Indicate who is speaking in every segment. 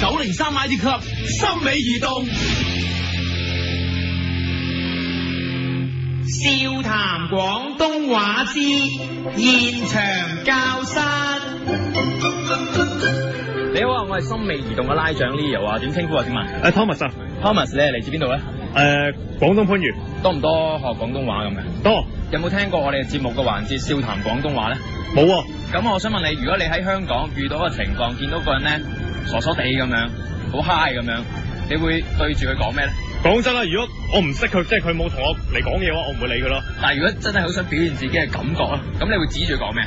Speaker 1: 九零三 I D Club 心理移動，
Speaker 2: 笑談廣東話之現場教室。
Speaker 3: 你好啊，我係心未移動嘅拉長 Leo 啊，點稱呼啊？請問
Speaker 4: 誒 Thomas 啊，
Speaker 3: Thomas 咧嚟自邊度咧？
Speaker 4: 誒廣東番禺
Speaker 3: 多唔多學廣東話咁嘅？
Speaker 4: 多
Speaker 3: 有冇聽過我哋嘅節目嘅環節笑談廣東話咧？
Speaker 4: 冇喎，
Speaker 3: 咁我想問你，如果你喺香港遇到個情況，見到個人咧傻傻地咁樣，好 high 咁樣，你會對住佢講咩咧？
Speaker 4: 講真啦，如果我唔識佢，即係佢冇同我嚟講嘢嘅話，我唔會理佢咯。
Speaker 3: 但係如果真係好想表現自己嘅感覺啦，咁你會指住佢講咩？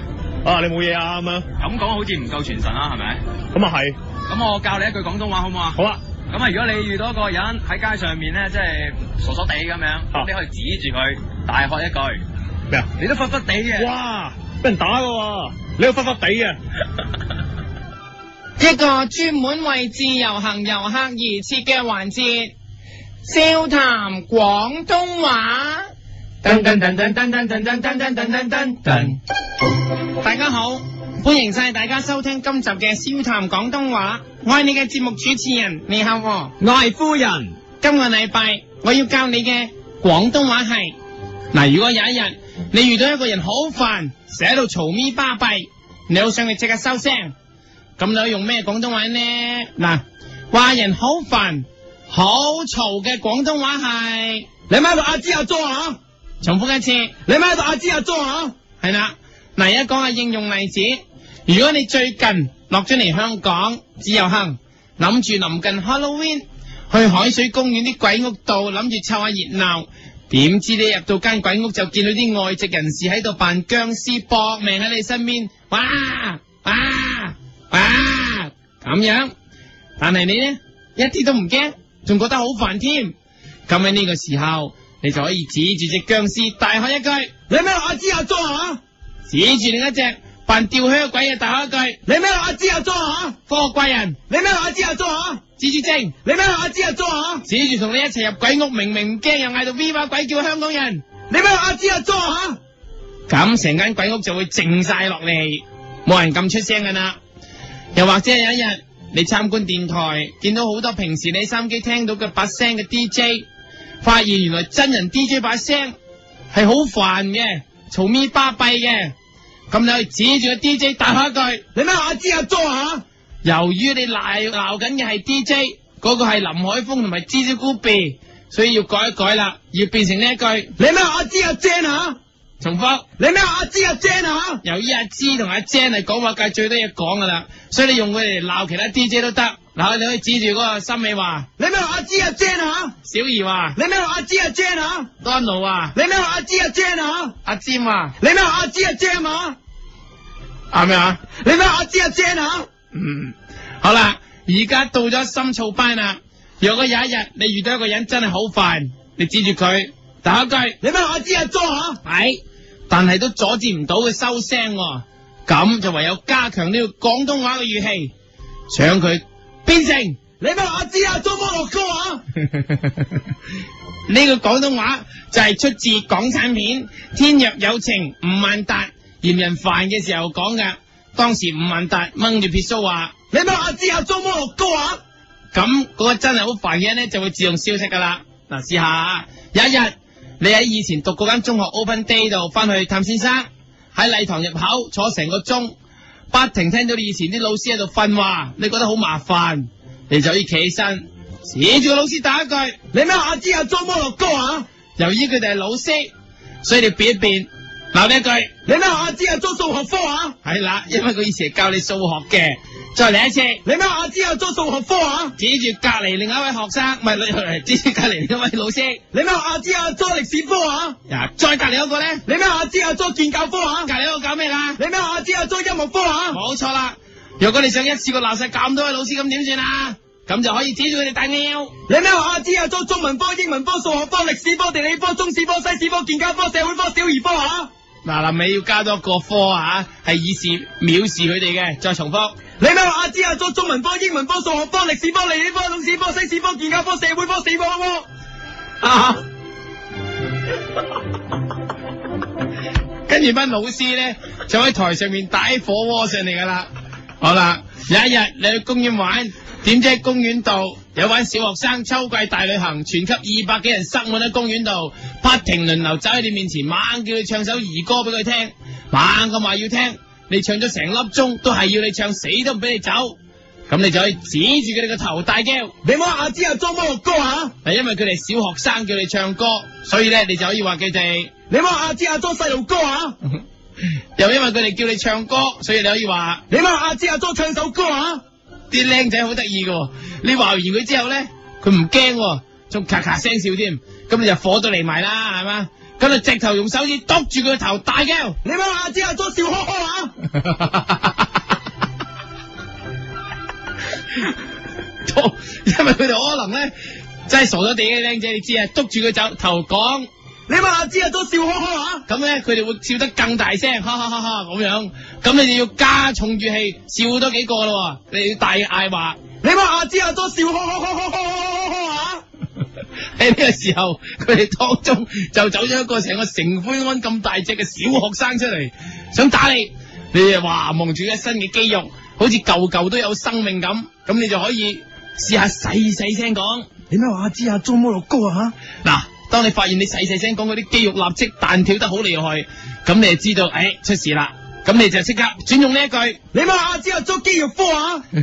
Speaker 4: 啊，你冇嘢啊咁樣，
Speaker 3: 咁講好似唔夠全神啦，係咪？
Speaker 4: 咁啊係，
Speaker 3: 咁我教你一句廣東話好唔好啊？
Speaker 4: 好啊，
Speaker 3: 咁啊，如果你遇到一個人喺街上面咧，即係傻傻地咁樣，
Speaker 4: 啊
Speaker 3: 你可以指住佢大喝一句，
Speaker 4: 咩啊？
Speaker 3: 你都忽忽地嘅。
Speaker 4: 哇，俾人打嘅喎，你都忽忽地嘅，
Speaker 1: 啊
Speaker 2: 一個專門為自由行遊客而設嘅環節，笑談廣東話。噔噔噔噔噔噔噔噔噔噔噔噔噔。大家好，歡迎晒大家收聽今集嘅笑談廣東話，我係你嘅節目主持人，你好喎。
Speaker 1: 我係夫人。
Speaker 2: 今個禮拜我要教你嘅廣東話係嗱，如果有一日你遇到一個人好煩，成日喺度嘈咪巴閉，你好想佢即刻收聲，咁你可以用咩廣東話呢？嗱，話人好煩、好嘈嘅廣東話係
Speaker 1: 你咪喺度阿支阿 jo 啊！
Speaker 2: 重複一次，
Speaker 1: 你咪喺度阿支阿 jo 啊！
Speaker 2: 係啦。嗱，而家講下應用例子。如果你最近落咗嚟香港自由行，諗住臨近 Halloween 去海水公園啲鬼屋度諗住湊下熱鬧，點知你入到間鬼屋就見到啲外籍人士喺度扮僵屍搏命喺你身邊，哇哇哇咁樣。但係你呢，一啲都唔驚，仲覺得好煩添。咁喺呢個時候，你就可以指住隻僵屍大喝一句。
Speaker 1: 你咪喺度阿支阿 jo 啊！
Speaker 2: 指住另一隻扮吊靴鬼嘅大口一句，
Speaker 1: 你咪喺度阿支阿 jo 啊！
Speaker 2: 科貴人，
Speaker 1: 你咪喺度阿支阿 jo 啊！
Speaker 2: 蜘蛛精，
Speaker 1: 你咪喺度阿支阿 jo 啊！
Speaker 2: 指住同你一齊入鬼屋，明明唔驚又嗌到 Viva 鬼叫香港人，
Speaker 1: 你咪喺度阿支阿 jo 啊！
Speaker 2: 咁成間鬼屋就會靜晒落嚟，冇人咁出聲噶啦。又或者有一日你參觀電台，見到好多平時你收音機聽到嘅把聲嘅 DJ，發現原來真人 DJ 把聲係好煩嘅，嘈咪巴閉嘅，咁你可以指住個 DJ 大喝一句。
Speaker 1: 你咪喺度阿支阿 jo 啊！
Speaker 2: 由於你鬧鬧緊嘅係 DJ，嗰個係林海峰同埋芝芝姑 B，所以要改一改啦，要變成呢一句
Speaker 1: 你咪喺度阿支阿 Jane 啊！
Speaker 2: 重複。
Speaker 1: 你咪喺度阿支阿 Jane 啊！
Speaker 2: 由於阿芝同阿 Jan 係講話界最多嘢講噶啦，所以你用佢嚟鬧其他 DJ 都得。嗱，你可以指住嗰個森美話、
Speaker 1: 你咪喺度阿支阿 Jane 啊！
Speaker 2: 小儀話、
Speaker 1: 你咪喺度阿支阿 Jane 啊！
Speaker 2: Donald 話、
Speaker 1: 你咪喺度阿支阿 Jane 啊！
Speaker 2: 阿尖話，
Speaker 1: 你咪喺度阿支阿 Jane 啊！
Speaker 2: 啱咩啊？
Speaker 1: 你咪喺度阿支阿 Jane 啊！
Speaker 2: 嗯，好啦，而家到咗深造班啦。若果有一日你遇到一個人真係好煩，你指住佢打一句。
Speaker 1: 你咪喺度阿支阿 jo 啊！
Speaker 2: 係，但係都阻止唔到佢收聲、喎，咁就唯有加強呢個廣東話嘅語氣，搶佢變成
Speaker 1: 你咪喺度阿支阿 jo 摩洛哥啊！
Speaker 2: 呢個廣東話就係出自港產片《天若有情》，吳孟達嫌人煩嘅時候講噶。當時吳孟達掹住撇須話：
Speaker 1: 你咪喺度阿支阿 jo 摩洛哥啊！
Speaker 2: 咁嗰個真係好煩嘅人咧，就會自動消失噶啦。嗱，試下有一日你喺以前讀嗰間中學 open day 度翻去探先生，喺禮堂入口坐成個鐘，不停聽到你以前啲老師喺度訓話，你覺得好麻煩，你就可以企起身，指住個老師打一句。
Speaker 1: 你咪喺度阿支阿 jo 摩洛哥啊！
Speaker 2: 由於佢哋係老師，所以你變一變，鬧呢一句。
Speaker 1: 你咪喺度阿支阿 jo 數學科啊！
Speaker 2: 係啦，因為佢以前係教你數學嘅，再嚟一次。
Speaker 1: 你咪喺度阿支阿 jo 數學科啊！
Speaker 2: 指住隔離另一位學生，唔係， 指住隔離另一位老師，
Speaker 1: 你咪喺度阿支阿 jo 歷史科啊！
Speaker 2: 呀，再隔離嗰個咧，
Speaker 1: 你咪喺度阿支阿 jo 建教科啊！
Speaker 2: 隔離嗰個搞咩啦？
Speaker 1: 你咪喺度阿支阿 jo 音樂科啊！
Speaker 2: 冇錯啦，如果你想一次過鬧晒咁多位老師，咁點算啊？咁就可以指住佢哋大拗。
Speaker 1: 你咪喺度阿支阿 jo 中文科、英文科、數學科、歷史科、地理科、中史科、西史科、建教科、社會科、小兒科啊！
Speaker 2: 嗱，臨尾要加多個科啊，係以示藐視佢哋嘅。再重複。
Speaker 1: 你咪喺度阿支阿 jo 中文科、英文科、數學科、歷史科、地理科、中史科、西史科、建教科、社會科、死科科。
Speaker 2: 啊！ 跟住班老師咧，就喺台上面打起火鍋上嚟噶啦。好啦，有一日你去公園玩，點知喺公園度有班小學生秋季大旅行，全級二百幾人塞滿喺公園度，不停輪流走喺你面前，猛叫你唱首兒歌俾佢聽，猛咁話要聽，你唱咗成粒鐘都係要你唱，死都唔俾你走，咁你就可以指住佢哋個頭大叫。
Speaker 1: 你唔好阿芝阿裝摩洛哥啊！
Speaker 2: 嗱，因為佢哋小學生叫你唱歌，所以咧你就可以話佢哋；
Speaker 1: 你唔好阿芝阿裝細路哥啊！
Speaker 2: 又因為佢哋叫你唱歌，所以你可以話
Speaker 1: 你唔好阿芝阿裝唱首歌啊！
Speaker 2: 啲僆仔好得意嘅喎。你話完佢之後咧，佢唔驚喎，仲咔咔聲笑添。咁你就火到嚟埋啦，係嘛？咁就直頭用手指督住佢個頭大叫。
Speaker 1: 你唔好阿芝阿裝笑呵呵啊！
Speaker 2: 督因為佢哋可能咧真係傻咗地嘅僆仔，你知啊，督住佢走頭講。
Speaker 1: 你唔好阿芝阿裝笑呵呵啊！
Speaker 2: 咁咧，佢哋會笑得更大聲，哈哈哈哈咁樣。咁你就要加重語氣，笑多幾個咯喎。你要大嗌話。
Speaker 1: 你唔好阿芝阿裝笑呵呵呵呵呵呵呵啊！
Speaker 2: 喺呢個時候，佢哋當中就走咗一個成個成灰安咁大隻嘅小學生出嚟，想打你。你就話望住佢一身嘅肌肉，好似嚿嚿都有生命咁。咁你就可以試下細細聲講。
Speaker 1: 你唔好阿芝阿裝摩洛哥啊！
Speaker 2: 嗱，當你發現你細細聲講嗰啲肌肉立即彈跳得好厲害，咁你就知道，誒、哎出事啦。咁你就即刻轉用呢一句。
Speaker 1: 你唔好阿芝阿裝肌肉科啊！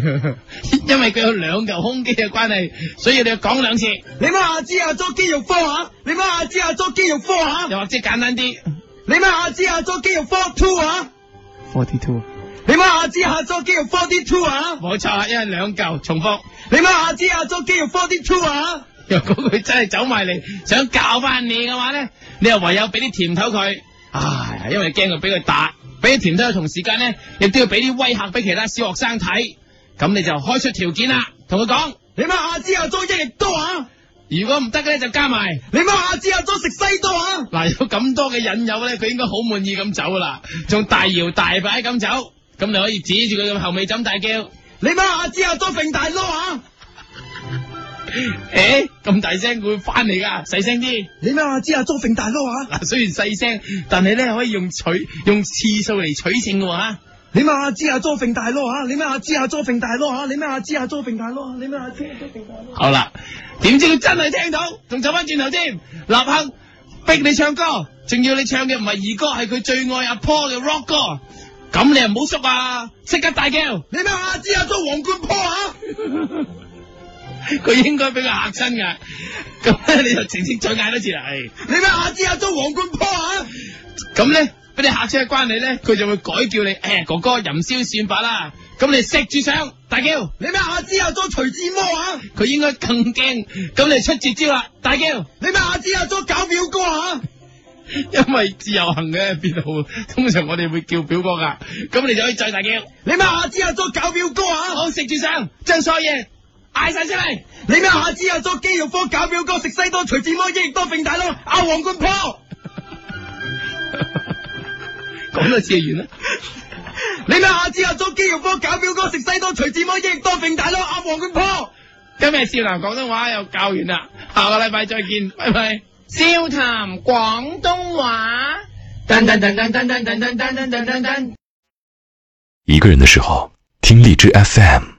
Speaker 2: 因為佢有兩嚿胸肌嘅關係，所以你要講兩次，
Speaker 1: 你唔好阿芝阿裝肌肉科啊！你唔好阿芝阿裝肌肉科啊！
Speaker 2: 又或者簡單啲。
Speaker 1: 你咪下次下咗肌肉 four two 啊，forty two。你咪下次下咗肌肉 forty two 啊，
Speaker 2: 冇錯，因為兩嚿 重複。
Speaker 1: 你咪下次下咗肌肉 forty two 啊，
Speaker 2: 若果佢真係走埋嚟想教翻你嘅話咧，你又唯有俾啲甜頭佢。唉，因為你驚佢俾佢打，俾啲甜頭佢同時間咧，亦都要俾啲威嚇俾其他小學生睇。咁你就開出條件啦，同佢講，
Speaker 1: 你咪下次下咗一力多啊，
Speaker 2: 如果唔得嘅咧就加埋。
Speaker 1: 你咪下次下咗食西多啊，
Speaker 2: 嗱，有咁多嘅引誘咧，佢應該好滿意咁走啦，仲大搖大擺咁走。咁你可以指住佢嘅後尾枕大叫。
Speaker 1: 你咪下次下咗揈大撈啊，
Speaker 2: 诶，咁、大声佢會翻嚟噶，細聲啲。
Speaker 1: 你咪下次下咗揈大撈啊，
Speaker 2: 嗱，雖然細聲，但係咧可以用取用次數嚟取勝嘅喎嚇。
Speaker 1: 你咪下次下咗揈大撈啊，你咪下次下咗揈大撈啊，你咪下次下咗揈大撈啊，你咪下次下咗揈大撈啊。
Speaker 2: 好啦，點知佢真係聽到，仲走翻轉頭添，立刻逼你唱歌，仲要你唱嘅唔係兒歌，係佢最愛阿 Paul 嘅 rock 歌。咁你又唔好縮啊，即刻大叫！
Speaker 1: 你咪下次下咗皇冠坡啊！
Speaker 2: 佢應該俾佢嚇親㗎。咁咧你就直接再嗌多次啦。唉
Speaker 1: 你咪下次下咗皇冠坡啊！
Speaker 2: 咁咧俾你嚇親嘅關你咧，佢就會改叫你誒、哥哥淫宵算法啦。咁你食住上大叫。
Speaker 1: 你咪下次下咗徐志摩啊！
Speaker 2: 佢應該更驚，咁你出絕招啦，大叫！
Speaker 1: 你咪下次下咗搞表哥啊！
Speaker 2: 因為自由行嘅編號，通常我哋會叫表哥噶，咁你就可以再大叫，
Speaker 1: 你咪下次下咗搞表哥啊！
Speaker 2: 好食住上，將所有嘢嗌晒出嚟，
Speaker 1: 你咪下次下咗肌肉科搞表哥食西多徐志摩益力多揈大佬阿黃冠坡，
Speaker 2: 咁就自然啦。
Speaker 1: 你咪下次下咗肌肉科搞表哥食西多徐志摩益力多揈大佬阿黃冠坡，
Speaker 2: 今日笑談廣東話又教完啦，下個禮拜再見，拜拜。笑談廣東話。噔噔噔噔噔噔噔噔噔噔噔噔。
Speaker 5: 一个人的时候，听荔枝 FM。